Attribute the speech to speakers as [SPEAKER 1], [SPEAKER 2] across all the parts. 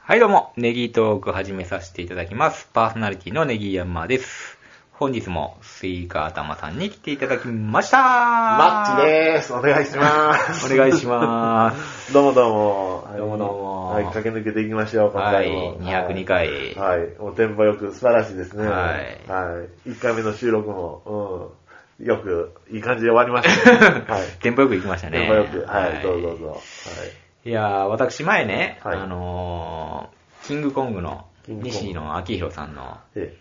[SPEAKER 1] はいどうも、ネギトーク始めさせていただきます。パーソナリティのネギ山です。本日もスイカ頭さんに来ていただきました
[SPEAKER 2] マッチ
[SPEAKER 1] す。
[SPEAKER 2] でーす。お願いします。
[SPEAKER 1] お願いします。
[SPEAKER 2] す。どうもどうも。
[SPEAKER 1] どうもどうも
[SPEAKER 2] はい、駆け抜けていきましょう、今
[SPEAKER 1] は
[SPEAKER 2] 回
[SPEAKER 1] い、
[SPEAKER 2] も。
[SPEAKER 1] 202回。
[SPEAKER 2] はい、おテンポよく素晴らしいですね。
[SPEAKER 1] はい
[SPEAKER 2] はい。1回目の収録も、うん。よく、いい感じで終わりま したね。はい。
[SPEAKER 1] テンポよく行きましたね。
[SPEAKER 2] テンポよく。はい、どうぞどうぞ。はい。
[SPEAKER 1] いやー、私前ね、
[SPEAKER 2] はい
[SPEAKER 1] あのー、キングコングの
[SPEAKER 2] キングコング
[SPEAKER 1] 西野昭弘さんの、
[SPEAKER 2] え、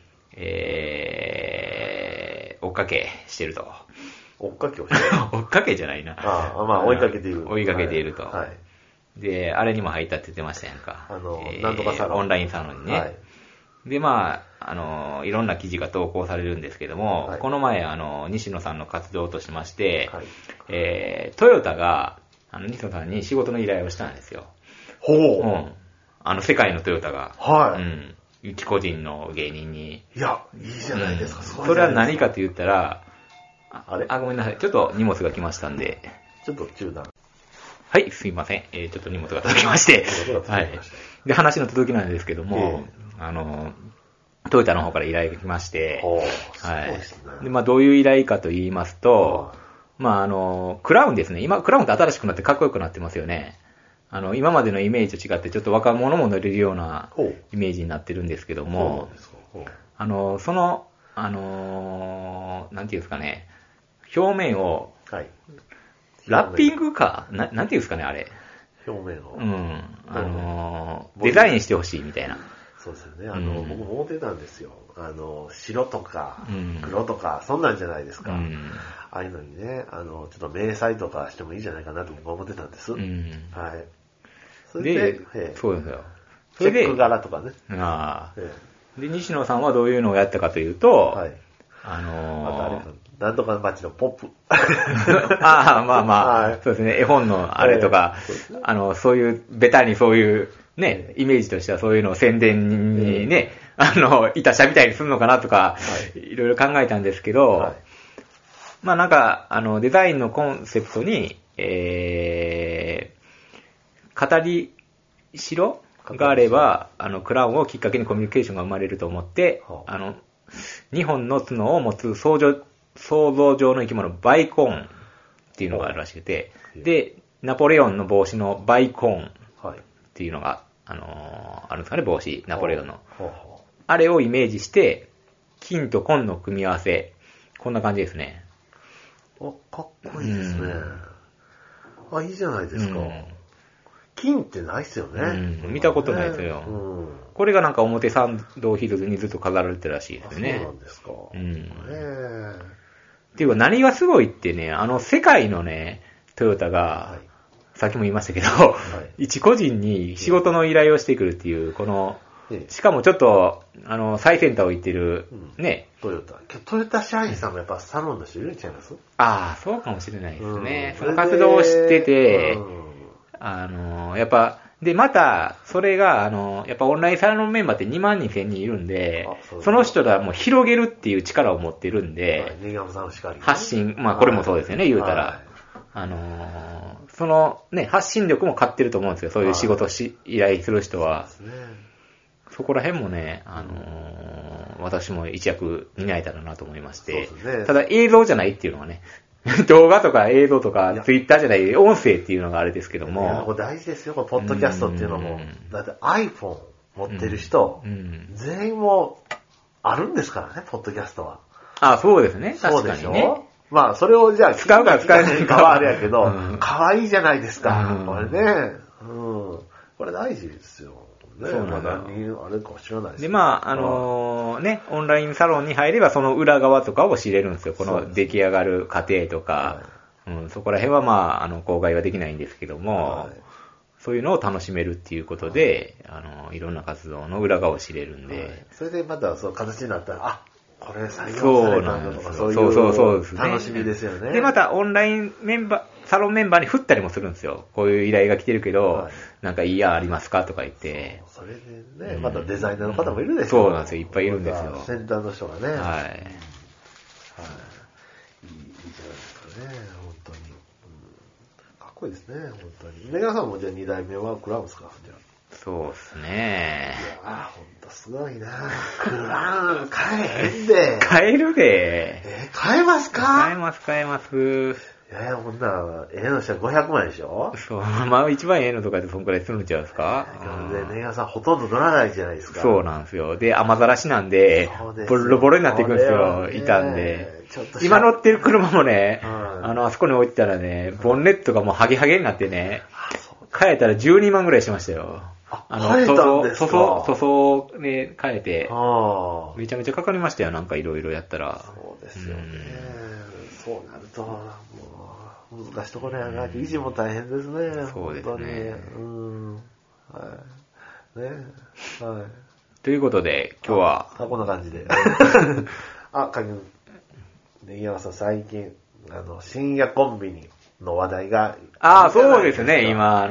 [SPEAKER 1] えー、追っかけしてると。
[SPEAKER 2] 追っかけをして。
[SPEAKER 1] 追っかけじゃないな。
[SPEAKER 2] ああ、まあ、追いかけている。
[SPEAKER 1] 追いかけていると。
[SPEAKER 2] はい。
[SPEAKER 1] で、あれにも入ったって言ってましたやんか。
[SPEAKER 2] あの
[SPEAKER 1] えー
[SPEAKER 2] なんとかサロン
[SPEAKER 1] オンラインサロンにね。
[SPEAKER 2] はい。
[SPEAKER 1] で、まあ、あの、いろんな記事が投稿されるんですけども、
[SPEAKER 2] はい
[SPEAKER 1] この前、あの、西野さんの活動としまして、
[SPEAKER 2] はい
[SPEAKER 1] えートヨタが、あの、西野さんに仕事の依頼をしたんですよ。
[SPEAKER 2] ほ
[SPEAKER 1] う
[SPEAKER 2] う。
[SPEAKER 1] ん。あの、世界のトヨタが。
[SPEAKER 2] はい
[SPEAKER 1] うん。一個人の芸人に。
[SPEAKER 2] いや、いいじゃないですか。
[SPEAKER 1] うん
[SPEAKER 2] すごい
[SPEAKER 1] そ
[SPEAKER 2] じ
[SPEAKER 1] れ
[SPEAKER 2] ゃ
[SPEAKER 1] は
[SPEAKER 2] ないで
[SPEAKER 1] 何かと言ったら、あ
[SPEAKER 2] あれ
[SPEAKER 1] あ、ごめんなさい。ちょっと荷物が来ましたんで。
[SPEAKER 2] すかちょっと中断。
[SPEAKER 1] はい、すいません。えーちょっと荷物が届きま して
[SPEAKER 2] 荷物。が
[SPEAKER 1] はい
[SPEAKER 2] 届きまし。
[SPEAKER 1] で、話の続きなんですけども、あの、トヨタの方から依頼が来まして、
[SPEAKER 2] ほう。
[SPEAKER 1] は
[SPEAKER 2] すごい
[SPEAKER 1] い
[SPEAKER 2] ですね。。
[SPEAKER 1] で、まあ、どういう依頼かと言いますと
[SPEAKER 2] は、
[SPEAKER 1] まあ、あの、クラウンですね。今、クラウンって新しくなってかっこよくなってますよね。あの、今までのイメージと違って、ちょっと若者も乗れるような
[SPEAKER 2] ほう
[SPEAKER 1] イメージになってるんですけど
[SPEAKER 2] そうなん
[SPEAKER 1] も
[SPEAKER 2] で、すかほう
[SPEAKER 1] あの、その、あのー、なんていうんですかね、表面を、
[SPEAKER 2] はい。
[SPEAKER 1] ラッピングか、ななんていうんですかね、あれ。
[SPEAKER 2] 表面を。
[SPEAKER 1] うん。あのー
[SPEAKER 2] ボ
[SPEAKER 1] デ
[SPEAKER 2] ディ
[SPEAKER 1] ザインしてほしいみたいな。
[SPEAKER 2] そうですよね。あの、
[SPEAKER 1] うん
[SPEAKER 2] 僕も思ってたんですよ。あの、白とか
[SPEAKER 1] うん、
[SPEAKER 2] 黒とか、そんなんじゃないです
[SPEAKER 1] う
[SPEAKER 2] か。
[SPEAKER 1] ん。
[SPEAKER 2] ああいうのにね、あの、ちょっと迷彩とかしてもいいんじゃないかなと僕は思ってたんです。
[SPEAKER 1] う
[SPEAKER 2] はい。
[SPEAKER 1] ん。
[SPEAKER 2] それで
[SPEAKER 1] で、、
[SPEAKER 2] ええ
[SPEAKER 1] そうですよ。それ
[SPEAKER 2] チェ
[SPEAKER 1] で
[SPEAKER 2] ック、柄とかね。
[SPEAKER 1] あ
[SPEAKER 2] え
[SPEAKER 1] あで、西野さんはどういうのをやったかという
[SPEAKER 2] え
[SPEAKER 1] と、
[SPEAKER 2] はい。
[SPEAKER 1] あ
[SPEAKER 2] あとあれ
[SPEAKER 1] の
[SPEAKER 2] か
[SPEAKER 1] ー、
[SPEAKER 2] なんとか街のポ ップ。
[SPEAKER 1] ああ、まあまあ、
[SPEAKER 2] はい
[SPEAKER 1] そうですね、絵本のあれとか、
[SPEAKER 2] ええそうですね
[SPEAKER 1] あの、そういう、ベタにそういう、ね
[SPEAKER 2] え、
[SPEAKER 1] イメージとしてはそういうのを宣伝にね、あの、いたしゃみたいにするのかなとか、、
[SPEAKER 2] はい
[SPEAKER 1] ろいろ考えたんですけど、
[SPEAKER 2] はい。
[SPEAKER 1] まあなんか、あの、デザインのコンセプトに、えー、語りしろがあれば、あの、クラウンをきっかけにコミュニケーションが生まれると思って、
[SPEAKER 2] はあ
[SPEAKER 1] あの、2本の角を持つ想像、想像上の生き物、バイコーンっていうのがあるらしくて、
[SPEAKER 2] はあ
[SPEAKER 1] で、ナポレオンの帽子のバイコーンっ
[SPEAKER 2] はい。
[SPEAKER 1] ていうのが、あのーあるんですかね、帽子、ナポレオンの。
[SPEAKER 2] ほうほ
[SPEAKER 1] あれをイメージして、金と紺の組み合わせ、こんな感じですね。
[SPEAKER 2] うお、かっこいいですね。あ、いいじゃないですか
[SPEAKER 1] うん。
[SPEAKER 2] 金ってないっすよね
[SPEAKER 1] うん。見たことないですよ
[SPEAKER 2] うん。
[SPEAKER 1] これがなんか表参道ヒルズにずっと飾られてるらしいで
[SPEAKER 2] あ
[SPEAKER 1] すよ
[SPEAKER 2] そうな
[SPEAKER 1] ね。
[SPEAKER 2] んですか。
[SPEAKER 1] うん
[SPEAKER 2] ええ。
[SPEAKER 1] っていうか何がすごいってね、あの世界のね、トヨタが、
[SPEAKER 2] はい。
[SPEAKER 1] さっきも言いましたけど、
[SPEAKER 2] い
[SPEAKER 1] 一個人に仕事の依頼をしてくるっていう、この、
[SPEAKER 2] ええ
[SPEAKER 1] しかもちょっと、あの、最先端を行ってる、
[SPEAKER 2] うん
[SPEAKER 1] ね、
[SPEAKER 2] トヨタ。けどトヨタ社員さんもやっぱサロンの人いるんちゃいます
[SPEAKER 1] ああ、そうかもしれないですね。
[SPEAKER 2] うん
[SPEAKER 1] その活動を知ってて、
[SPEAKER 2] うん
[SPEAKER 1] あの、やっぱ、で、また、それが、あの、やっぱオンラインサロンメンバーって2万2000人いるんで
[SPEAKER 2] あそうで、す
[SPEAKER 1] そ
[SPEAKER 2] ね
[SPEAKER 1] の人らも広げるっていう力を持ってるんで、
[SPEAKER 2] はい新山さんのしかりね。
[SPEAKER 1] 発信、まあこれもそうですよね、
[SPEAKER 2] はい
[SPEAKER 1] 言うた
[SPEAKER 2] は
[SPEAKER 1] ら
[SPEAKER 2] い。
[SPEAKER 1] あのーそのね、発信力も買ってると思うんですよ、そういう仕事をし、依頼する人は
[SPEAKER 2] で。すね。
[SPEAKER 1] そこら辺もね、あのー私も一役担えたらなと思いまして
[SPEAKER 2] そうですね。
[SPEAKER 1] ただ映像じゃないっていうのはね、 動画とか映像と
[SPEAKER 2] い
[SPEAKER 1] か
[SPEAKER 2] や
[SPEAKER 1] ツイッターじゃない、音声っていうのがあれですけど
[SPEAKER 2] いやこ
[SPEAKER 1] も。
[SPEAKER 2] れ大事ですよ、このポッドキャストっていうの
[SPEAKER 1] う
[SPEAKER 2] も
[SPEAKER 1] ん。
[SPEAKER 2] だって iPhone 持ってる人
[SPEAKER 1] う、ん。
[SPEAKER 2] 全員もあるんですからね、ポッドキャストは。
[SPEAKER 1] あ、そうですね。
[SPEAKER 2] そう
[SPEAKER 1] 確
[SPEAKER 2] で
[SPEAKER 1] か
[SPEAKER 2] し
[SPEAKER 1] にね
[SPEAKER 2] ょ。まあ、それをじゃあ、
[SPEAKER 1] 使うか使えないか
[SPEAKER 2] かはあれやけど
[SPEAKER 1] うん、
[SPEAKER 2] 可愛いじゃないです
[SPEAKER 1] う
[SPEAKER 2] か
[SPEAKER 1] ん。
[SPEAKER 2] これね。うん。これ大事ですよ。ね。
[SPEAKER 1] そうなん
[SPEAKER 2] まあ
[SPEAKER 1] だよ
[SPEAKER 2] 何人あれか知らないです
[SPEAKER 1] で、
[SPEAKER 2] けど
[SPEAKER 1] まあ、あのーね、オンラインサロンに入れば、その裏側とかを知れるんですよ。こ
[SPEAKER 2] そうで
[SPEAKER 1] の
[SPEAKER 2] す
[SPEAKER 1] 出来上がる過程とか、うん、そこら辺はまあ、あの、公害はできないんですけども、
[SPEAKER 2] はい
[SPEAKER 1] そういうのを楽しめるっていうことで、あのーいろんな活動の裏側を知れるんで、
[SPEAKER 2] はいそれでまたそう形になったら、あこれ採用さ
[SPEAKER 1] そう
[SPEAKER 2] れ
[SPEAKER 1] な
[SPEAKER 2] た
[SPEAKER 1] ん
[SPEAKER 2] んだ
[SPEAKER 1] で
[SPEAKER 2] と
[SPEAKER 1] すよ。そ
[SPEAKER 2] か、そうう
[SPEAKER 1] そうそう
[SPEAKER 2] いう
[SPEAKER 1] ですね。
[SPEAKER 2] 楽しみですよね。
[SPEAKER 1] で、またオンラインメンバー、サロンメンバーに振ったりもするんですよ。こういう依頼が来てるけど、
[SPEAKER 2] はい
[SPEAKER 1] なんかいいやありますかとか言って。
[SPEAKER 2] それでね、またデザイナーの方もいるでし
[SPEAKER 1] うん
[SPEAKER 2] ょ
[SPEAKER 1] そうなんですよいっぱいいるんですよ
[SPEAKER 2] また先端の人がね。。
[SPEAKER 1] はいい。
[SPEAKER 2] いいじゃないですかね、本当に。うんかっこいいですね、本当に。皆さんもじゃあ2代目はクラウンですかじゃあ。
[SPEAKER 1] そうですね。
[SPEAKER 2] ああ、ほんとすごいな。クラーン、買えへんで。
[SPEAKER 1] 買えるで。
[SPEAKER 2] えー、買えます
[SPEAKER 1] 買え
[SPEAKER 2] か
[SPEAKER 1] ます、買えます。
[SPEAKER 2] いやいや、こんなん、ええのしたら500万でしょ
[SPEAKER 1] そう、まあ一番ええのとかでそんくらいするんちゃうんですか
[SPEAKER 2] なんで、ネガさんほとんど乗らないじゃないですか。
[SPEAKER 1] そうなんですよ。で、雨ざらしなんで
[SPEAKER 2] そうです、
[SPEAKER 1] ボロボロになっていくんです
[SPEAKER 2] これは
[SPEAKER 1] よ、
[SPEAKER 2] ね
[SPEAKER 1] 板んで
[SPEAKER 2] ちょっと。
[SPEAKER 1] 今乗ってる車もね、
[SPEAKER 2] うん
[SPEAKER 1] あの、あそこに置いてたらね、ボンネットがもうハゲハゲになってね、
[SPEAKER 2] あそう
[SPEAKER 1] 変えたら12万ぐらいしましたよ。
[SPEAKER 2] あ
[SPEAKER 1] の、
[SPEAKER 2] 変えたんです
[SPEAKER 1] 塗装、塗
[SPEAKER 2] か
[SPEAKER 1] 装塗装ね、変えて、
[SPEAKER 2] ああ
[SPEAKER 1] めちゃめちゃかかりましたよ、なんかいろいろやったら。
[SPEAKER 2] そうですよね。そうなると、もう、難しいところやな。維持も大変ですね。
[SPEAKER 1] そうですね
[SPEAKER 2] 本当にうん。はい。ね。はい。
[SPEAKER 1] ということで、今日は、
[SPEAKER 2] あ、こんな感 じで。あ、かぎん。ネギ山さん、最近、あの、深夜コンビニの話題が。
[SPEAKER 1] ああ、そうです
[SPEAKER 2] いい
[SPEAKER 1] ね、
[SPEAKER 2] じゃないか。
[SPEAKER 1] 今、あ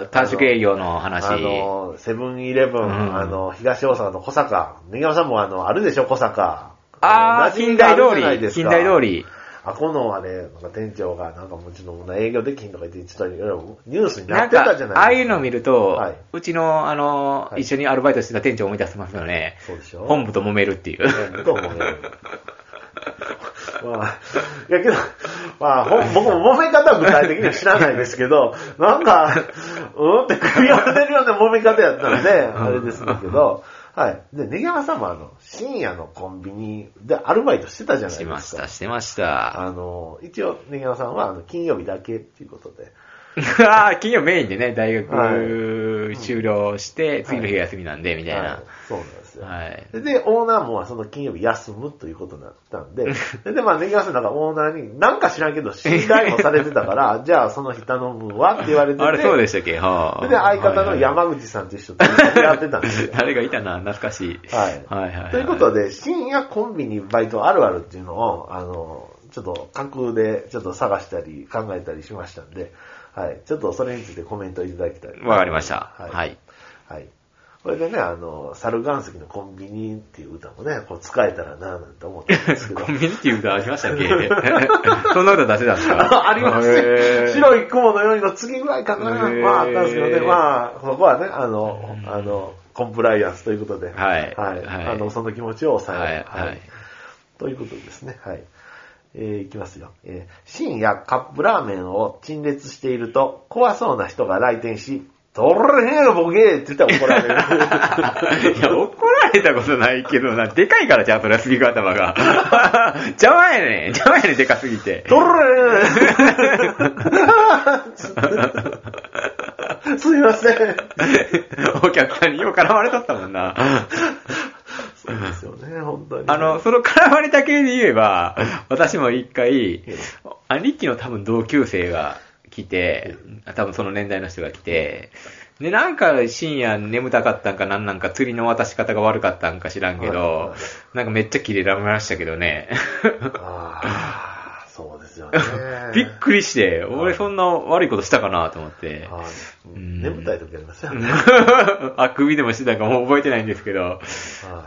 [SPEAKER 1] の、短縮営業の話。
[SPEAKER 2] あの、セブンイレブ
[SPEAKER 1] うん
[SPEAKER 2] ン、あの、東大阪の小坂。ネギ山さんも、あの、あるでしょ、小坂。
[SPEAKER 1] ああ、
[SPEAKER 2] の馴染
[SPEAKER 1] 近
[SPEAKER 2] みが
[SPEAKER 1] 代
[SPEAKER 2] る
[SPEAKER 1] 通
[SPEAKER 2] じゃない
[SPEAKER 1] り、
[SPEAKER 2] ですか
[SPEAKER 1] 近代通り。
[SPEAKER 2] あ、このあれ、なんか店長が、なんかもうちょっと営業できひんとか言って、ちょっといろいろニュースにな
[SPEAKER 1] な
[SPEAKER 2] っ
[SPEAKER 1] ん
[SPEAKER 2] て
[SPEAKER 1] か、
[SPEAKER 2] たじゃないですか。
[SPEAKER 1] ああいうのを見ると、
[SPEAKER 2] はい。
[SPEAKER 1] うちの、あの、
[SPEAKER 2] はい
[SPEAKER 1] 一緒にアルバイトしてた店長を思い出せますよね。
[SPEAKER 2] そうでしょ
[SPEAKER 1] 本部と揉めるっていう。
[SPEAKER 2] ええどうもね。まあ、いやけど、まあ、ほん僕も揉め方は具体的には知らないですけど、なんか、うんって首を出るような揉め方やったんで、あれですけど、はい。で、ネギハさんもあの、深夜のコンビニでアルバイトしてたじゃないです か。
[SPEAKER 1] してました、してました。
[SPEAKER 2] あの、一応、ネギハさんは、あの、金曜日だけっていうことで、
[SPEAKER 1] ああ、金曜メインでね、大
[SPEAKER 2] は
[SPEAKER 1] 学終了して、次の日が休みなんで、みたい
[SPEAKER 2] は
[SPEAKER 1] な。
[SPEAKER 2] そうなんですよ。
[SPEAKER 1] はい。
[SPEAKER 2] で、オーナーもその金曜日休むということになったんで、で、でまあ、ネギさんなんかオーナーに、なんか知らんけど、信頼もされてた から、じゃあその日頼むわって言われてて、
[SPEAKER 1] あれ、そうでしたっけは
[SPEAKER 2] で、相方の
[SPEAKER 1] はい
[SPEAKER 2] 山口さんと一緒にやってたんですよ。
[SPEAKER 1] 誰がいたな、懐かしい。
[SPEAKER 2] はい
[SPEAKER 1] はい はいはい。
[SPEAKER 2] ということ
[SPEAKER 1] で、
[SPEAKER 2] で、深夜コンビニバイトあるあるっていうのを、あの、ちょっと架空でちょっと探したり考えたりしましたんで、はい、ちょっとそれについてコメントいただきたい。
[SPEAKER 1] わかりました。
[SPEAKER 2] はい
[SPEAKER 1] はい。
[SPEAKER 2] はい。これでね、あの、猿岩石のコンビニっていう歌もね、こう使えたらなぁなんて思ってたんですけど
[SPEAKER 1] コ。ンビニっていう歌ありましたっけ そんな歌出せたんですか
[SPEAKER 2] ああります
[SPEAKER 1] へ
[SPEAKER 2] よ。
[SPEAKER 1] ー
[SPEAKER 2] 白い雲のようにの次ぐらいかな。
[SPEAKER 1] へー
[SPEAKER 2] まあ、あったんですけどね。まあ、そこはね、あの、あの、コンプライアンスということ
[SPEAKER 1] は
[SPEAKER 2] で。
[SPEAKER 1] いは
[SPEAKER 2] はい。
[SPEAKER 1] い
[SPEAKER 2] あの、その気持ちを抑
[SPEAKER 1] は
[SPEAKER 2] え
[SPEAKER 1] い
[SPEAKER 2] る。
[SPEAKER 1] はい。
[SPEAKER 2] ということですね。はい。えーいきますよ。えー深夜カップラーメンを陳列していると、怖そうな人が来店し、取れへんよ、ボケーって言ったら怒ら れる。
[SPEAKER 1] いや、怒られたことないけどな、でかいからじゃあ、それはスピーカー頭が。 邪魔やねん、邪魔やねん、でかすぎて。
[SPEAKER 2] ドル ーン すいません。
[SPEAKER 1] お客さんによう絡まれとったもんな。
[SPEAKER 2] そうですよね、本当に。
[SPEAKER 1] あの、その絡まれた系で言えば、私も一回
[SPEAKER 2] ええ、
[SPEAKER 1] 兄貴の多分同級生が来て、多分その年代の人が来て、で、なんか深夜眠たかったんかなんなんか釣りの渡し方が悪かったんか知らんけ
[SPEAKER 2] はいは
[SPEAKER 1] ど
[SPEAKER 2] い、
[SPEAKER 1] なんかめっちゃキレられましたけどね。。
[SPEAKER 2] あーそうですよね
[SPEAKER 1] びっくりして、
[SPEAKER 2] は
[SPEAKER 1] 俺
[SPEAKER 2] い
[SPEAKER 1] そんな悪いことしたかなと思って。
[SPEAKER 2] あー
[SPEAKER 1] うん
[SPEAKER 2] 眠たい時ありますよね。
[SPEAKER 1] あくびでもしてたかもう覚えてないんですけど、
[SPEAKER 2] は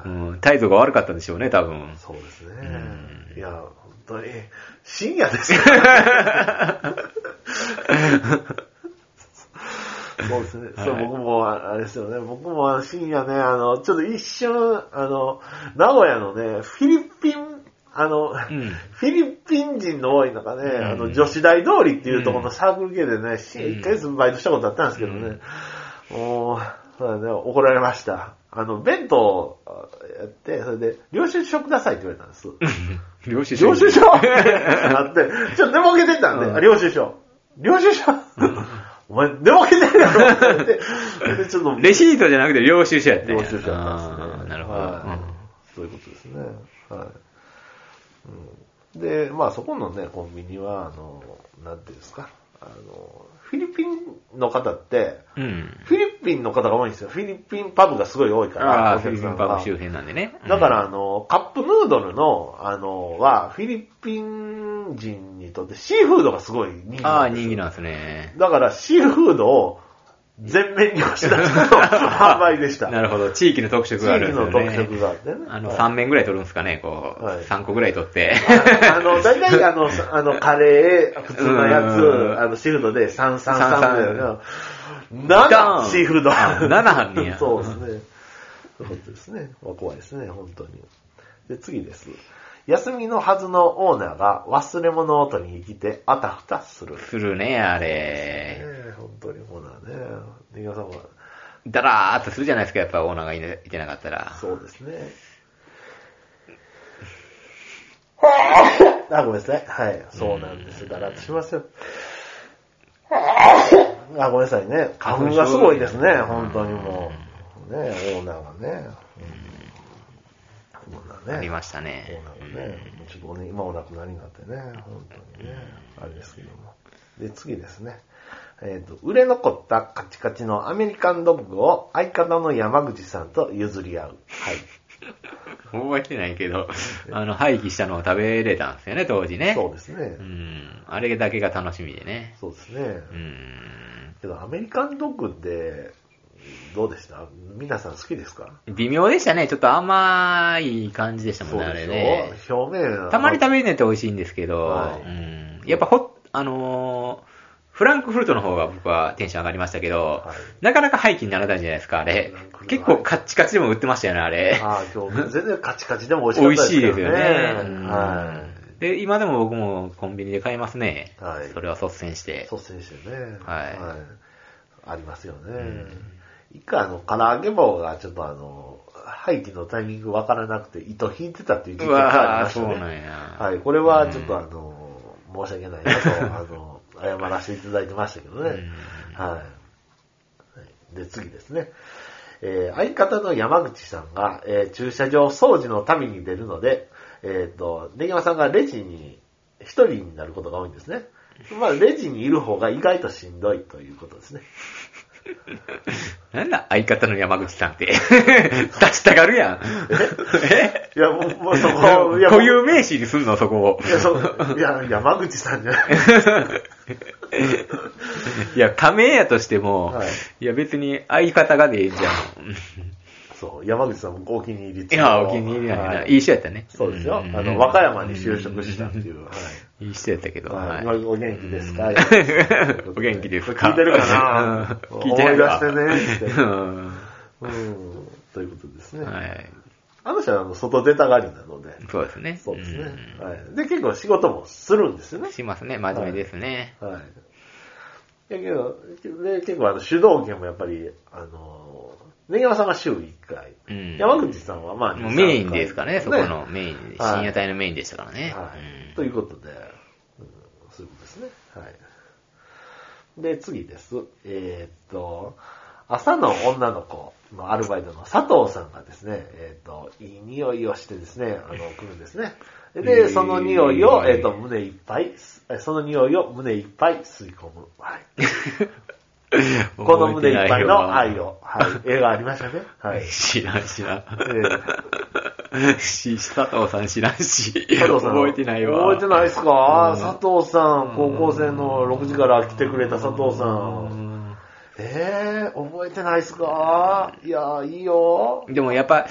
[SPEAKER 2] い
[SPEAKER 1] うん、態度が悪かったんでしょうね、多分。
[SPEAKER 2] そうですね
[SPEAKER 1] ん。
[SPEAKER 2] いや、本当に、深夜で すよ。そうですね。そう、
[SPEAKER 1] はい
[SPEAKER 2] 僕も、ああれですよね。僕もあの深夜ね、あの、ちょっと一瞬、あの、名古屋のね、フィリピン、あの、
[SPEAKER 1] ん
[SPEAKER 2] フィリピン人の多い中ね、
[SPEAKER 1] ん
[SPEAKER 2] あの、女子大通りっていうところのサークル系でね、深夜1ヶ月バイトしたことあったんですけどね、もう、そうだね、怒られました。あの、弁当をやって、それで、領収書くださいって言われたんです。
[SPEAKER 1] 領収書。
[SPEAKER 2] 領収書ってなって、ちょっと寝ぼけてたんで、
[SPEAKER 1] うん
[SPEAKER 2] あ領収書。領収書お前、寝ぼけてるやろって言って、それでちょっと、
[SPEAKER 1] レシートじゃなくて領収書やってんや
[SPEAKER 2] 領収書やったんです
[SPEAKER 1] あー
[SPEAKER 2] ね。
[SPEAKER 1] なるほど。
[SPEAKER 2] はいそういうことですね。はい。うん、で、まあそこのね、コンビニは、あの、なんていうんですか、あの、フィリピンの方って、
[SPEAKER 1] うん。うん
[SPEAKER 2] フィリピンの方が多いんですよ。フィリピンパブがすごい多いから、
[SPEAKER 1] ああ、
[SPEAKER 2] お
[SPEAKER 1] フィ
[SPEAKER 2] 客
[SPEAKER 1] リピ
[SPEAKER 2] さん
[SPEAKER 1] ン
[SPEAKER 2] が
[SPEAKER 1] パブ周辺なんでね。うん
[SPEAKER 2] だから、あ、の、カップヌードルの、あの、は、フィリピン人にとってシーフードがすごい人気
[SPEAKER 1] あ
[SPEAKER 2] な
[SPEAKER 1] あ、
[SPEAKER 2] んです
[SPEAKER 1] 人気
[SPEAKER 2] よ。
[SPEAKER 1] なんですね。
[SPEAKER 2] だから、シーフードを全面に押し出した の販売でした。
[SPEAKER 1] なるほど。地域の特色があるんですよね。
[SPEAKER 2] 地域の特色があってね
[SPEAKER 1] あの、
[SPEAKER 2] はい
[SPEAKER 1] 3面ぐらい取るんですかね、こう。
[SPEAKER 2] はい
[SPEAKER 1] 3個ぐらい取って。
[SPEAKER 2] あの、大 体あの、さあの、カレー、普通のや
[SPEAKER 1] うん
[SPEAKER 2] つ、あの、シーフードで333だよな。 7、シーフード。
[SPEAKER 1] あ7あんねや
[SPEAKER 2] そうですね。そうですね。まあ怖いですね、本当に。で、次です。休みのはずのオーナーが忘れ物を取りに来て、あたふたする。ね
[SPEAKER 1] するね、あれ。
[SPEAKER 2] え本当にオーナーね。ネギワさんは、
[SPEAKER 1] だらーっとするじゃないですか、やっぱオーナーがいねいてなかったら。
[SPEAKER 2] そうです ね。あ、ごめんなさい。はい。そうなんです。だらっとします よ。あ、ごめんなさいね。花粉がすごいですね。本当にもう。ね、オーナーがね。オーナーね。
[SPEAKER 1] ありました
[SPEAKER 2] そう
[SPEAKER 1] ね。
[SPEAKER 2] なのね。もうちょっとおね、今お亡くなりになってね、本当にね、あれですけども。で、次ですね。えっ、と、売れ残ったカチカチのアメリカンドッグを相方の山口さんと譲り合う。はい。
[SPEAKER 1] 覚えてないけど、あの、廃棄したのを食べれたんですよね、当時ね。
[SPEAKER 2] そうですね
[SPEAKER 1] う。ん。あれだけが楽しみでね。
[SPEAKER 2] そうですね。
[SPEAKER 1] うん。
[SPEAKER 2] けど、アメリカンドッグって、どうでした皆さん好きですか
[SPEAKER 1] 微妙でしたね。ちょっと甘い感じでしたもんね、あ
[SPEAKER 2] で
[SPEAKER 1] れ
[SPEAKER 2] しょ
[SPEAKER 1] ね。
[SPEAKER 2] 表面
[SPEAKER 1] たまに食べるのって美味しいんですけど、
[SPEAKER 2] はい
[SPEAKER 1] うん、やっぱほ、あのーフランクフルトの方が僕はテンション上がりましたけど、
[SPEAKER 2] はい
[SPEAKER 1] なかなか廃棄にならないじゃないですか、あれ
[SPEAKER 2] フランクフル。
[SPEAKER 1] 結
[SPEAKER 2] ト
[SPEAKER 1] 構カッチカチでも売ってましたよね、あれ。
[SPEAKER 2] ああ、今日、全然カチカチでも美
[SPEAKER 1] 美
[SPEAKER 2] 味
[SPEAKER 1] 味
[SPEAKER 2] し
[SPEAKER 1] しい
[SPEAKER 2] かったで
[SPEAKER 1] ですすよ
[SPEAKER 2] け
[SPEAKER 1] ね
[SPEAKER 2] どね。。
[SPEAKER 1] うん
[SPEAKER 2] は
[SPEAKER 1] で、今でも僕もコンビニで買いますね。
[SPEAKER 2] はい
[SPEAKER 1] それは率先して。
[SPEAKER 2] 率先してね。
[SPEAKER 1] はい
[SPEAKER 2] ありますよね
[SPEAKER 1] ん。
[SPEAKER 2] 一回あの、唐揚げ棒がちょっとあの、廃棄のタイミングわからなくて糸引いてたっていう
[SPEAKER 1] う
[SPEAKER 2] 実験があり
[SPEAKER 1] わ
[SPEAKER 2] ま
[SPEAKER 1] ぁ、
[SPEAKER 2] した
[SPEAKER 1] そうなん
[SPEAKER 2] ね。
[SPEAKER 1] や。
[SPEAKER 2] はい、これはちょっとあの、申し訳ないなと、あの、謝らせていただいてましたけどね。はい。で、次ですね。えー相方の山口さんが、えー駐車場掃除の旅に出るので、えっ、と、ネギマさんがレジに一人になることが多いんですね。まあ、レジにいる方が意外としんどいということですね。
[SPEAKER 1] なんだ、相方の山口さんって。出 したがるやん。え
[SPEAKER 2] いや、もう、もうそ こ、いや、
[SPEAKER 1] 固有名詞にすんの、そこを
[SPEAKER 2] い。や、そういや山口さんじゃない。
[SPEAKER 1] いや、仮名やとしても、
[SPEAKER 2] はい
[SPEAKER 1] い、や別に相方がでいいじゃん。
[SPEAKER 2] そう、山口さんもお気に入り
[SPEAKER 1] いや、お気に入りなんやな。
[SPEAKER 2] はい
[SPEAKER 1] い人やったね。
[SPEAKER 2] そうですよ。
[SPEAKER 1] ん
[SPEAKER 2] あの、和歌山に就職したっていう。はい
[SPEAKER 1] いい人やったけど。
[SPEAKER 2] はい、
[SPEAKER 1] はい
[SPEAKER 2] お元気ですか、
[SPEAKER 1] お元気ですか
[SPEAKER 2] 聞いてるかな
[SPEAKER 1] うん 聞いてるか
[SPEAKER 2] 思い出してねっ
[SPEAKER 1] う
[SPEAKER 2] て
[SPEAKER 1] ん
[SPEAKER 2] うん。ということです ね。
[SPEAKER 1] はい。
[SPEAKER 2] あの人はあの外出たがりなので。
[SPEAKER 1] そうですね。
[SPEAKER 2] そうですね、
[SPEAKER 1] うん
[SPEAKER 2] はい。で、結構仕事もするんですよね。
[SPEAKER 1] しますね。真面目ですね。
[SPEAKER 2] はい。だけど、で結構あの主導権もやっぱり、あの、根山さんが週1回、
[SPEAKER 1] うん
[SPEAKER 2] 山口さんはまあ、
[SPEAKER 1] もう
[SPEAKER 2] 2
[SPEAKER 1] メインですかね、
[SPEAKER 2] 3
[SPEAKER 1] そこのメイン、
[SPEAKER 2] はい
[SPEAKER 1] 深夜帯のメインでしたからね。
[SPEAKER 2] はい
[SPEAKER 1] うん
[SPEAKER 2] ということで、うんそういうことですね。はい。で、次です。えーっと、朝の女の子のアルバイトの佐藤さんがですね、えーっと、いい匂いをしてですね、あの、来るんですね。
[SPEAKER 1] え
[SPEAKER 2] で、
[SPEAKER 1] ー
[SPEAKER 2] その匂いを、えーっと、胸いっぱい、えその匂いを胸いっぱい吸い込む。はい。この胸いっぱいの愛。を、はい。映画ありましたね。 はい。
[SPEAKER 1] 知らん知らん。 し、佐藤さん知らんし。
[SPEAKER 2] 佐藤さん。
[SPEAKER 1] 覚えてないわ。
[SPEAKER 2] 覚えてないです
[SPEAKER 1] うん
[SPEAKER 2] か、佐藤さん、高校生の6時から来てくれた佐藤さん。ええ覚えてないですかいやー、いいよ
[SPEAKER 1] でもやっぱ、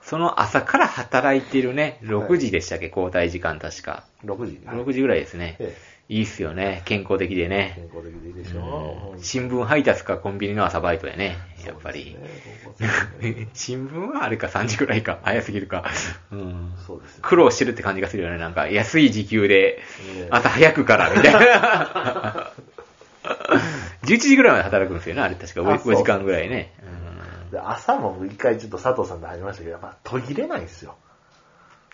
[SPEAKER 1] その朝から働いてるね、6時でしたっけ、交代時間確か。
[SPEAKER 2] 6時。
[SPEAKER 1] 6時ぐらいですね。
[SPEAKER 2] え
[SPEAKER 1] いいっすよね、健康的で
[SPEAKER 2] え健
[SPEAKER 1] ね。
[SPEAKER 2] 康的でいいでし
[SPEAKER 1] う
[SPEAKER 2] ょ
[SPEAKER 1] ん新聞配達かコンビニの朝バイトやね、やっぱり。
[SPEAKER 2] そうですね高校生
[SPEAKER 1] 新聞はあれか3時ぐらいか、早すぎるか。うん
[SPEAKER 2] そうですよ
[SPEAKER 1] 苦労してるって感じがするよね、なんか。安い時給で
[SPEAKER 2] ねえ、
[SPEAKER 1] 朝早くから、みたい な。11時ぐらいまで働くんですよね、あれ確か
[SPEAKER 2] あ
[SPEAKER 1] 5
[SPEAKER 2] そう
[SPEAKER 1] 時間ぐらいね。
[SPEAKER 2] で朝も一回ちょっと佐藤さんと入りましたけど、やっぱ途切れないんですよ。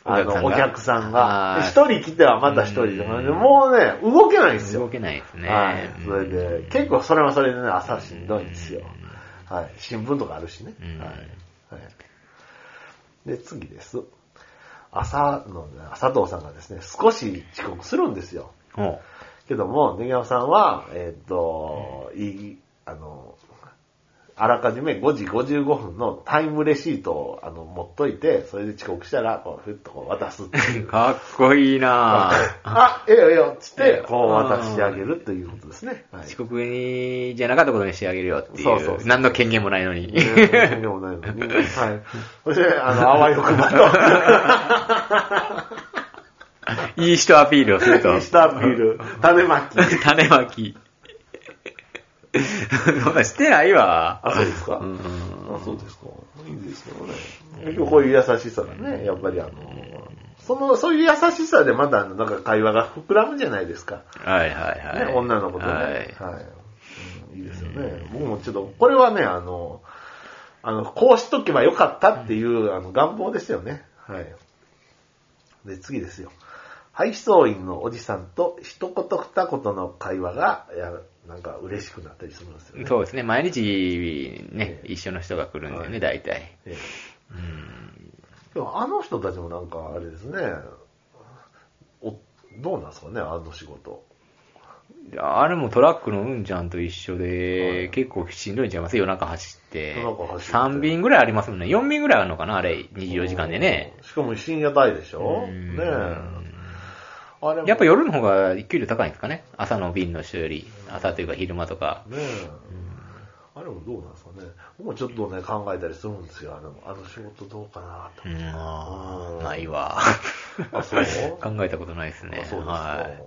[SPEAKER 1] お
[SPEAKER 2] あ
[SPEAKER 1] 客さんが
[SPEAKER 2] の、お客さん
[SPEAKER 1] あ
[SPEAKER 2] が。
[SPEAKER 1] ー
[SPEAKER 2] 一人来てはまた一人で、
[SPEAKER 1] うん
[SPEAKER 2] もうね、動けない
[SPEAKER 1] う
[SPEAKER 2] んで
[SPEAKER 1] ん
[SPEAKER 2] すよ
[SPEAKER 1] 動。けないですね。
[SPEAKER 2] はい。それ
[SPEAKER 1] うん
[SPEAKER 2] で、結構それはそれでね、朝しんどいんですよ。はい。新聞とかあるしね。
[SPEAKER 1] うん
[SPEAKER 2] はい。はい。で、次です。朝のね、佐藤さんがですね、少し遅刻するんですよ。
[SPEAKER 1] おう
[SPEAKER 2] けども、ネギさんは、えーっと、いい、あの、あらかじめ5時55分のタイムレシートをあの持っといて、それで遅刻したら、こう、ふっとこう渡すって いう。
[SPEAKER 1] かっこいいなぁ。
[SPEAKER 2] あ、ええよええよ、つって、こう渡してあげるということですね。はい
[SPEAKER 1] 遅刻に、じゃなかったことにしてあげるよっていう。
[SPEAKER 2] そうそうそう
[SPEAKER 1] 何の権限もないのに。
[SPEAKER 2] ねでもないのに。はい。そして、あの、あわよくばと、
[SPEAKER 1] いい人アピールをすると。
[SPEAKER 2] インスタアピール、種まき。
[SPEAKER 1] 種まき。そんなんしてないわ。
[SPEAKER 2] あ、そうですか、
[SPEAKER 1] うん
[SPEAKER 2] あ、そうですか。いいですよね。結構こういう優しさがね、やっぱりあの、その、そういう優しさでまだあのなんか会話が膨らむじゃないですか。
[SPEAKER 1] はいはいはい。
[SPEAKER 2] ね、女の子とね。
[SPEAKER 1] は
[SPEAKER 2] はいい。。うんいいですよね。僕もちょっと、これはね、あの、あの、こうしとけばよかったっていう、あの、願望ですよね。はい。で、次ですよ。配送員のおじさんと一言二言の会話が、いや、なんか嬉しくなったりするんですよね。
[SPEAKER 1] そうですね。毎日ね、一緒の人が来るんだよ
[SPEAKER 2] は
[SPEAKER 1] ね、
[SPEAKER 2] い
[SPEAKER 1] 大体。
[SPEAKER 2] ええ
[SPEAKER 1] うん
[SPEAKER 2] でもあの人たちもなんかあれですね、おどうなんですかね、あの仕事。
[SPEAKER 1] あれもトラックのうんちゃんと一緒
[SPEAKER 2] は
[SPEAKER 1] で、
[SPEAKER 2] い
[SPEAKER 1] 結構しんどいんちゃいます夜中走って。
[SPEAKER 2] 夜中走って
[SPEAKER 1] 3便ぐらいありますもんね。4便ぐらいあるのかなあれ、24時間でね。
[SPEAKER 2] うん。しかも深夜帯でしょ
[SPEAKER 1] うん
[SPEAKER 2] ねえ。あれも
[SPEAKER 1] やっぱ夜の方が給料高いんですかね朝の便の人より。朝というか昼間とか。
[SPEAKER 2] ねえ。あれもどうなんですかね。僕もちょっとね、考えたりするんですよ。あのあの仕事どうかなと
[SPEAKER 1] う。ん、あ
[SPEAKER 2] う
[SPEAKER 1] ー
[SPEAKER 2] ん
[SPEAKER 1] ないわ。
[SPEAKER 2] あ、そう
[SPEAKER 1] 考えたことないですね。
[SPEAKER 2] あそうですか。
[SPEAKER 1] はい。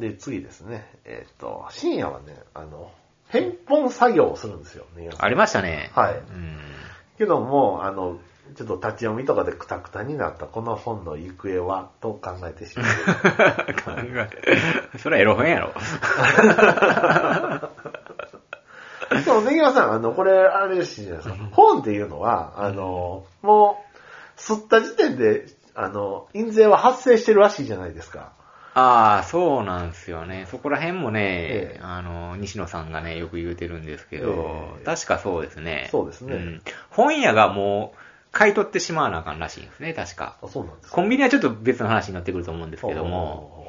[SPEAKER 2] で、次ですね。えっ、と、深夜はね、あの、返本作業をするんですよ。ね
[SPEAKER 1] ありましたね。
[SPEAKER 2] はい
[SPEAKER 1] うん。
[SPEAKER 2] けども、あの、ちょっと立ち読みとかでクタクタになったこの本の行方はと考えてしまう。
[SPEAKER 1] 考え、それはエロ本やろ。
[SPEAKER 2] そう、ネギワさん、あの、これ、あれですじゃないですか。本っていうのは、あの、もう、吸った時点で、あの、印税は発生してるらしいじゃないですか。
[SPEAKER 1] ああ、そうなんですよね。そこら辺もね、
[SPEAKER 2] ええ
[SPEAKER 1] あの、西野さんがね、よく言うてるんですけど、
[SPEAKER 2] ええ
[SPEAKER 1] 確かそうですね。
[SPEAKER 2] そうですね
[SPEAKER 1] ん本屋がもう、買い取ってしまわなあかんらしいんですね、確か。
[SPEAKER 2] あ、そうなんですか。
[SPEAKER 1] コンビニはちょっと別の話になってくると思うんですけども、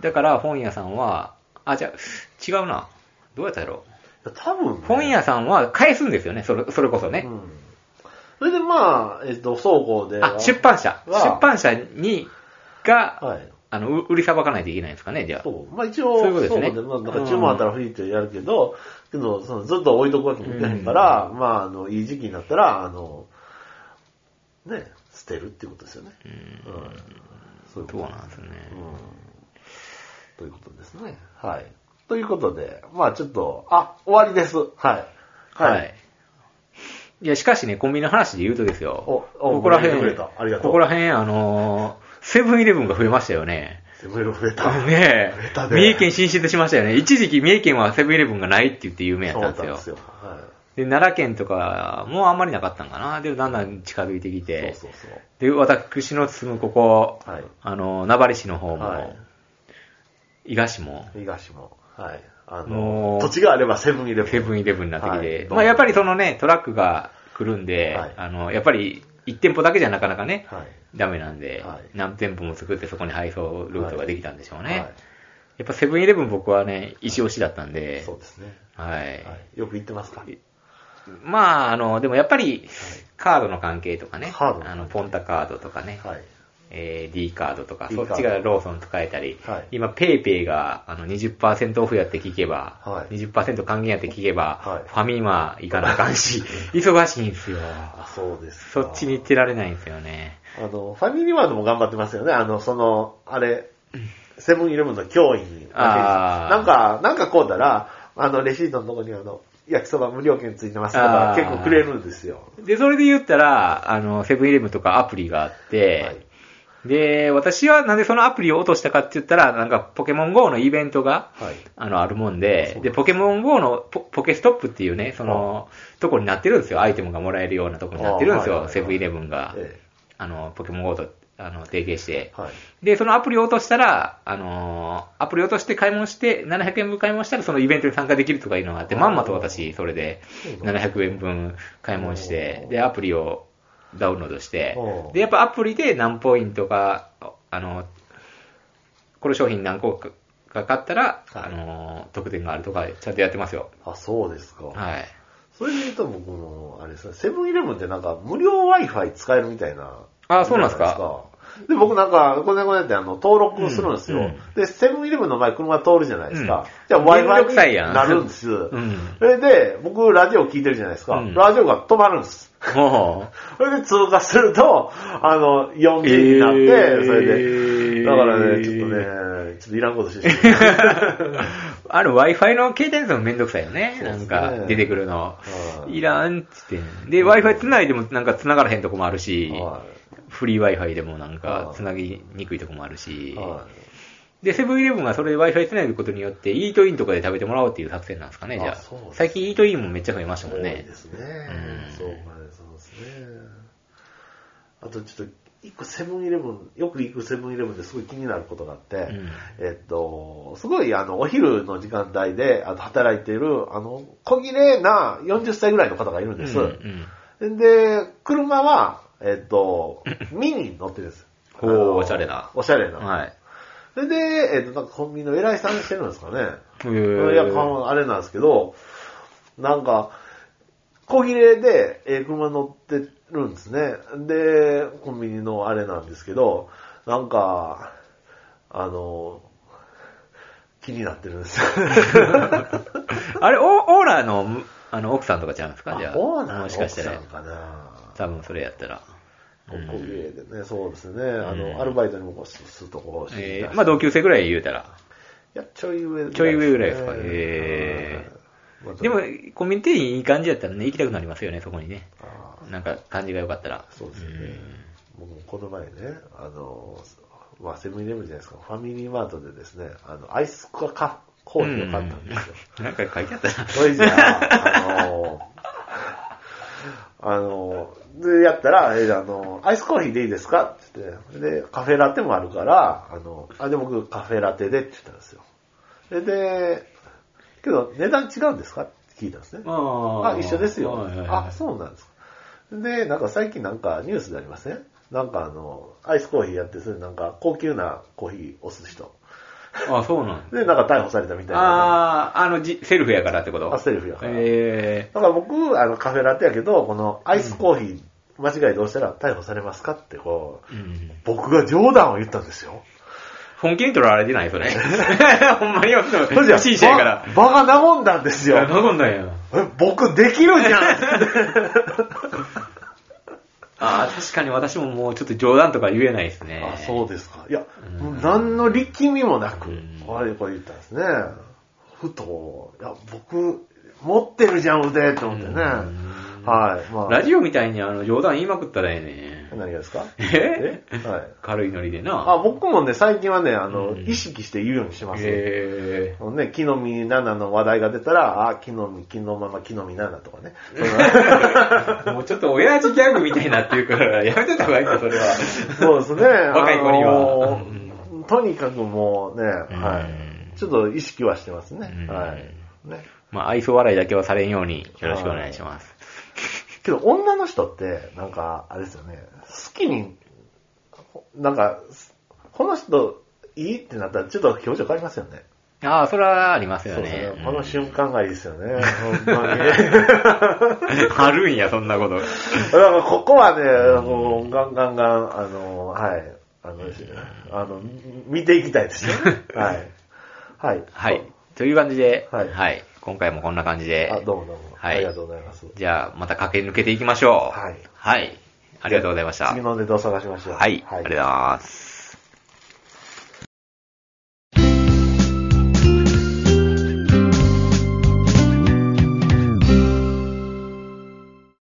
[SPEAKER 1] だから本屋さんは、あ、じゃあ、違うな。どうやったやろう。
[SPEAKER 2] いや。多分、ね、
[SPEAKER 1] 本屋さんは返すんですよね、それそれこそね
[SPEAKER 2] う。ん。それで、まあ、えっ、と、倉庫で。
[SPEAKER 1] あ、出版社。
[SPEAKER 2] わあ
[SPEAKER 1] 出版社に、が、
[SPEAKER 2] はい。
[SPEAKER 1] あの、う売りさばかないといけないんですかね、じゃあ。
[SPEAKER 2] そう。まあ一
[SPEAKER 1] そう
[SPEAKER 2] 応、
[SPEAKER 1] いうことですね
[SPEAKER 2] 倉庫まあなんか注文あったらフリーってやるけど、けど、そのずっと置いとくわけにいかへんから、まあ、あの、いい時期になったら、あの、ね、捨てるっていうことですよね。
[SPEAKER 1] うん
[SPEAKER 2] うん。そう
[SPEAKER 1] そう
[SPEAKER 2] いうこと。
[SPEAKER 1] なんですね。
[SPEAKER 2] うん。ということですね。はい。ということで、まあちょっと、あ、終わりです。はい。
[SPEAKER 1] はい。。いや、しかしね、コンビニの話で言うとですよ。
[SPEAKER 2] おお
[SPEAKER 1] ここら辺、
[SPEAKER 2] 盛り上げてくれたありがとう
[SPEAKER 1] ここら辺、あのーセブンイレブンが増えましたよね。
[SPEAKER 2] セブンイレブン増えた。
[SPEAKER 1] ね
[SPEAKER 2] 増え
[SPEAKER 1] え
[SPEAKER 2] た、で
[SPEAKER 1] 三重県進出しましたよね。一時期三重県はセブンイレブンがないって言って有名やっ
[SPEAKER 2] そう
[SPEAKER 1] た
[SPEAKER 2] なん
[SPEAKER 1] です
[SPEAKER 2] ん
[SPEAKER 1] よ。
[SPEAKER 2] ですよ。は
[SPEAKER 1] で奈良県とかもあんまりなかったんかな。で、だんだん近づいてき
[SPEAKER 2] い。
[SPEAKER 1] て。
[SPEAKER 2] そうそうそ
[SPEAKER 1] で、私の住むここ、
[SPEAKER 2] う。はい。
[SPEAKER 1] あの、名張市の方も、
[SPEAKER 2] はい。
[SPEAKER 1] 伊賀市も、
[SPEAKER 2] 東も。はい。あ
[SPEAKER 1] も
[SPEAKER 2] の
[SPEAKER 1] う、
[SPEAKER 2] 土地があればセブンイレブン。
[SPEAKER 1] セブンイレブンになってきて、
[SPEAKER 2] はい
[SPEAKER 1] まあやっぱりそのね、トラックが来るんで、
[SPEAKER 2] はい
[SPEAKER 1] あの、やっぱり1店舗だけじゃなかなかね、
[SPEAKER 2] はい。
[SPEAKER 1] ダメなんで、
[SPEAKER 2] はい
[SPEAKER 1] 何店舗も作ってそこに配送ルートができたんでしょうね。
[SPEAKER 2] はい
[SPEAKER 1] やっぱセブンイレブン僕はね、一押しだったんで
[SPEAKER 2] そ、うですね。
[SPEAKER 1] はい。
[SPEAKER 2] はい、よく言ってますか
[SPEAKER 1] いまあ、あの、でもやっぱり、カードの関係とかね、
[SPEAKER 2] カードの関係
[SPEAKER 1] あの、ポンタカードとかね、
[SPEAKER 2] はい。
[SPEAKER 1] えー D カードとか、
[SPEAKER 2] D
[SPEAKER 1] そ
[SPEAKER 2] カード
[SPEAKER 1] っちがローソン使えたり、
[SPEAKER 2] はい
[SPEAKER 1] 今ペイペイがあの20%オフやって聞けば、
[SPEAKER 2] はい
[SPEAKER 1] 20%還元やって聞けば、
[SPEAKER 2] はい
[SPEAKER 1] ファミマ行かなあかん し、忙しいんですよ。
[SPEAKER 2] あ、そうです
[SPEAKER 1] そ
[SPEAKER 2] か。
[SPEAKER 1] っちに行ってられないんですよね。
[SPEAKER 2] あの、ファミリーワードも頑張ってますよね。あの、その、あれ、セブンイレブンの脅威に。
[SPEAKER 1] あー
[SPEAKER 2] なんか、なんかこうたら、あの、レシートのとこにあの、焼きそば無料券ついてますと
[SPEAKER 1] あ
[SPEAKER 2] か、
[SPEAKER 1] ー
[SPEAKER 2] 結構くれるんですよ。
[SPEAKER 1] で、それで言ったら、あの、セブンイレブンとかアプリがあって、
[SPEAKER 2] はい
[SPEAKER 1] で、私はなんでそのアプリを落としたかって言ったら、なんかポケモン GO のイベントが、
[SPEAKER 2] はい。
[SPEAKER 1] あの、あるもん
[SPEAKER 2] そう
[SPEAKER 1] で
[SPEAKER 2] な、ん
[SPEAKER 1] で、
[SPEAKER 2] です
[SPEAKER 1] ポケモン GO のポポケストップっていうね、その、とこになってるんですよ。アイテムがもらえるようなとこになってるんです
[SPEAKER 2] あはい
[SPEAKER 1] よ、
[SPEAKER 2] はい
[SPEAKER 1] セブンイレブンが。
[SPEAKER 2] え
[SPEAKER 1] あの、ポケモン GO と、あの、提携して
[SPEAKER 2] え。。はい。
[SPEAKER 1] で、そのアプリを落としたら、あのーアプリを落として買い物して、700円分買い物したら、そのイベントに参加できるとかいうのがあって、
[SPEAKER 2] あー
[SPEAKER 1] まんまと私、それで、
[SPEAKER 2] そうなんだ
[SPEAKER 1] 700円分買い物して
[SPEAKER 2] お、ー
[SPEAKER 1] で、アプリをダウンロードして
[SPEAKER 2] お、ー
[SPEAKER 1] で、やっぱアプリで何ポイントか、あの、この商品何個か買ったら、
[SPEAKER 2] はい
[SPEAKER 1] あのー、特典があるとか、ちゃんとやってますよ。
[SPEAKER 2] あ、そうですか。
[SPEAKER 1] はい。
[SPEAKER 2] それで言うと僕も、あれですね、セブンイレブンってなんか無料 Wi-Fi 使えるみたいな。
[SPEAKER 1] あそうなんですか
[SPEAKER 2] じゃいですかで、僕なんか、こんなこんなってあの、登録するんですよ。
[SPEAKER 1] うんうん
[SPEAKER 2] で、セブンイレブンの前車通るじゃないですか。
[SPEAKER 1] うん
[SPEAKER 2] じゃあ
[SPEAKER 1] 面倒くさ
[SPEAKER 2] Wi-Fi
[SPEAKER 1] い
[SPEAKER 2] に
[SPEAKER 1] やん
[SPEAKER 2] なるんです。
[SPEAKER 1] うん。
[SPEAKER 2] それで、僕、ラジオ聞いてるじゃないですか。
[SPEAKER 1] うん
[SPEAKER 2] ラジオが止まるんです。
[SPEAKER 1] も
[SPEAKER 2] それで通過すると、あの、
[SPEAKER 1] う、
[SPEAKER 2] 4G になって、それで。
[SPEAKER 1] で
[SPEAKER 2] だからね、ちょっとね、ちょっといらんことしてしまう
[SPEAKER 1] ある Wi-Fi の携帯のやつもめんどくさいよね。
[SPEAKER 2] そうで
[SPEAKER 1] な
[SPEAKER 2] すね
[SPEAKER 1] んか、出てくるの。
[SPEAKER 2] はい
[SPEAKER 1] いらんっつって。で、Wi-Fi 繋いでもなんか繋がらへんとこもあるし、
[SPEAKER 2] は
[SPEAKER 1] フリー Wi-Fi でもなんか
[SPEAKER 2] はい
[SPEAKER 1] 繋ぎにくいとこもあるし
[SPEAKER 2] い。、は
[SPEAKER 1] で、セブンイレブンがそれで Wi-Fi 繋いでることによって、イートインとかで食べてもらおうっていう作戦なんですかね、じゃ
[SPEAKER 2] あそうです
[SPEAKER 1] あ。
[SPEAKER 2] ね
[SPEAKER 1] 最近イートインもめっちゃ増えまし
[SPEAKER 2] い。
[SPEAKER 1] たもん
[SPEAKER 2] 多い
[SPEAKER 1] ね
[SPEAKER 2] で。すね
[SPEAKER 1] うん。
[SPEAKER 2] そうかね、そうですね。あとちょっと、一個セブンイレブン、よく行くセブンイレブンですごい気になることがあって、
[SPEAKER 1] ん
[SPEAKER 2] えっと、すごいあの、お昼の時間帯で、あと働いてる、あの、小綺麗な40歳ぐらいの方がいるんです。
[SPEAKER 1] うんうん
[SPEAKER 2] で、車は、え っと、ミニに乗ってるんです。
[SPEAKER 1] ほう
[SPEAKER 2] あの
[SPEAKER 1] おしゃれな
[SPEAKER 2] おしゃれな。
[SPEAKER 1] はい。
[SPEAKER 2] それで、えっと、なんかコンビニの偉いさんしてるんですかね。
[SPEAKER 1] へ
[SPEAKER 2] いや、かんあれなんですけど、なんか、小切れで、えー車乗ってるんですね。で、コンビニのあれなんですけど、なんか、あの、気になってるんですよ。
[SPEAKER 1] あれ、オオーラの、あの、奥さんとかちゃうんですか じゃあ。
[SPEAKER 2] そうなの
[SPEAKER 1] もしかしたら
[SPEAKER 2] 奥。さんかな。
[SPEAKER 1] 多分それやったら。
[SPEAKER 2] 小切れでね、そうですね。あ
[SPEAKER 1] うん
[SPEAKER 2] の、アルバイトにもこう、すすっとこうしてい
[SPEAKER 1] え
[SPEAKER 2] た
[SPEAKER 1] ーまあ同級生ぐらい言うたら。
[SPEAKER 2] いや、ちょい上ぐらいですね。
[SPEAKER 1] ちょい上ぐらいですかへ
[SPEAKER 2] はいまあ
[SPEAKER 1] でも、コミュニティいい感じやったらね、行きたくなりますよね、そこにね。
[SPEAKER 2] あー
[SPEAKER 1] なんか感じが良かったら。
[SPEAKER 2] そうですよね。僕もこの前ね、あの、まあ、セブンイレブンじゃないですか、ファミリーマートでですね、あの、アイスコカコ
[SPEAKER 1] う
[SPEAKER 2] ーヒ
[SPEAKER 1] ん。
[SPEAKER 2] ーを買ったんですよ。
[SPEAKER 1] うん。なんか書いてあったな。
[SPEAKER 2] それじゃあ、あの、あの、で、やったら、え、あの、アイスコーヒーでいいですかって言って、で、カフェラテもあるから、あの、あ、で、僕、カフェラテでって言ったんですよ。それで、けど、値段違うんですかって聞いたんですね。
[SPEAKER 1] あ
[SPEAKER 2] あ、一緒ですよ。あ、
[SPEAKER 1] う。
[SPEAKER 2] そうなんですか。で、なんか最近なんかニュースでありませんなんかあの、アイスコーヒーやってそれなんか高級なコーヒー押す人。
[SPEAKER 1] あ、そうなん
[SPEAKER 2] で、なんか逮捕されたみたいな、
[SPEAKER 1] ああ、あの、じセルフやからってこと
[SPEAKER 2] あセルフやから
[SPEAKER 1] え
[SPEAKER 2] だから僕、あの、カフェラテやけど、このアイスコーヒー、間違いどうしたら逮捕されますかってこ
[SPEAKER 1] ー
[SPEAKER 2] う、
[SPEAKER 1] うん
[SPEAKER 2] 僕が冗談を言ったんですよ。
[SPEAKER 1] 本気に取られてない、そ れ。ほんまに、
[SPEAKER 2] そ
[SPEAKER 1] 不審者やから。
[SPEAKER 2] ババカなもんだんです
[SPEAKER 1] いや、
[SPEAKER 2] よ。
[SPEAKER 1] なんなんや。
[SPEAKER 2] え僕できるじゃん
[SPEAKER 1] ああ、確かに私ももうちょっと冗談とか言えないですね。
[SPEAKER 2] あ、そうですか。いや、
[SPEAKER 1] う
[SPEAKER 2] も
[SPEAKER 1] ん
[SPEAKER 2] う何の力みもなく
[SPEAKER 1] うん、
[SPEAKER 2] これ、これ言ったんですね。ふと、いや、僕、持ってるじゃん、腕、と思ってね。
[SPEAKER 1] うん
[SPEAKER 2] はい。まあ、
[SPEAKER 1] ラジオみたいにあの冗談言いまくったらええね
[SPEAKER 2] 何がですか
[SPEAKER 1] え
[SPEAKER 2] はい。
[SPEAKER 1] 軽いノリでな。
[SPEAKER 2] あ、僕もね、最近はね、あの、
[SPEAKER 1] うん
[SPEAKER 2] 意識して言うようにしてます。
[SPEAKER 1] へ
[SPEAKER 2] あのね、木の実7の話題が出たら、あ、木の実、木のまま、木の実7とかね。
[SPEAKER 1] え。もうちょっと親父ギャグみたいになっていうから、やめてた方がいいか、それは。
[SPEAKER 2] そうですね。
[SPEAKER 1] 若い子には
[SPEAKER 2] あのーとにかくもうね、は
[SPEAKER 1] うん
[SPEAKER 2] い。ちょっと意識はしてますね。
[SPEAKER 1] うん
[SPEAKER 2] はい。ね。
[SPEAKER 1] まあ、愛想笑いだけはされんように、よろしくお願いします。
[SPEAKER 2] けど女の人って、なんか、あれですよね、好きに、ほなんか、すこの人いいってなったらちょっと表情変わりますよね。
[SPEAKER 1] ああ、それはありますよ
[SPEAKER 2] そうで
[SPEAKER 1] ね
[SPEAKER 2] す。ね。この瞬間がいいですよね。ほんまに。
[SPEAKER 1] うん あるんや、そんなこと。
[SPEAKER 2] だからここはね、もうガンガンガン、あの、はい、あの、あの見ていきたいですね。 はい。はい。
[SPEAKER 1] はい。という感じで、
[SPEAKER 2] はい
[SPEAKER 1] はい。今回もこんな感じ
[SPEAKER 2] あ、
[SPEAKER 1] で、
[SPEAKER 2] どうもどうも。
[SPEAKER 1] はい
[SPEAKER 2] ありがとうございます。
[SPEAKER 1] じゃあ、また駆け抜けていきましょう。
[SPEAKER 2] はい
[SPEAKER 1] はい。ありがとうございました。
[SPEAKER 2] 次のネタを探しましょう。
[SPEAKER 1] はい。ありがとうございます。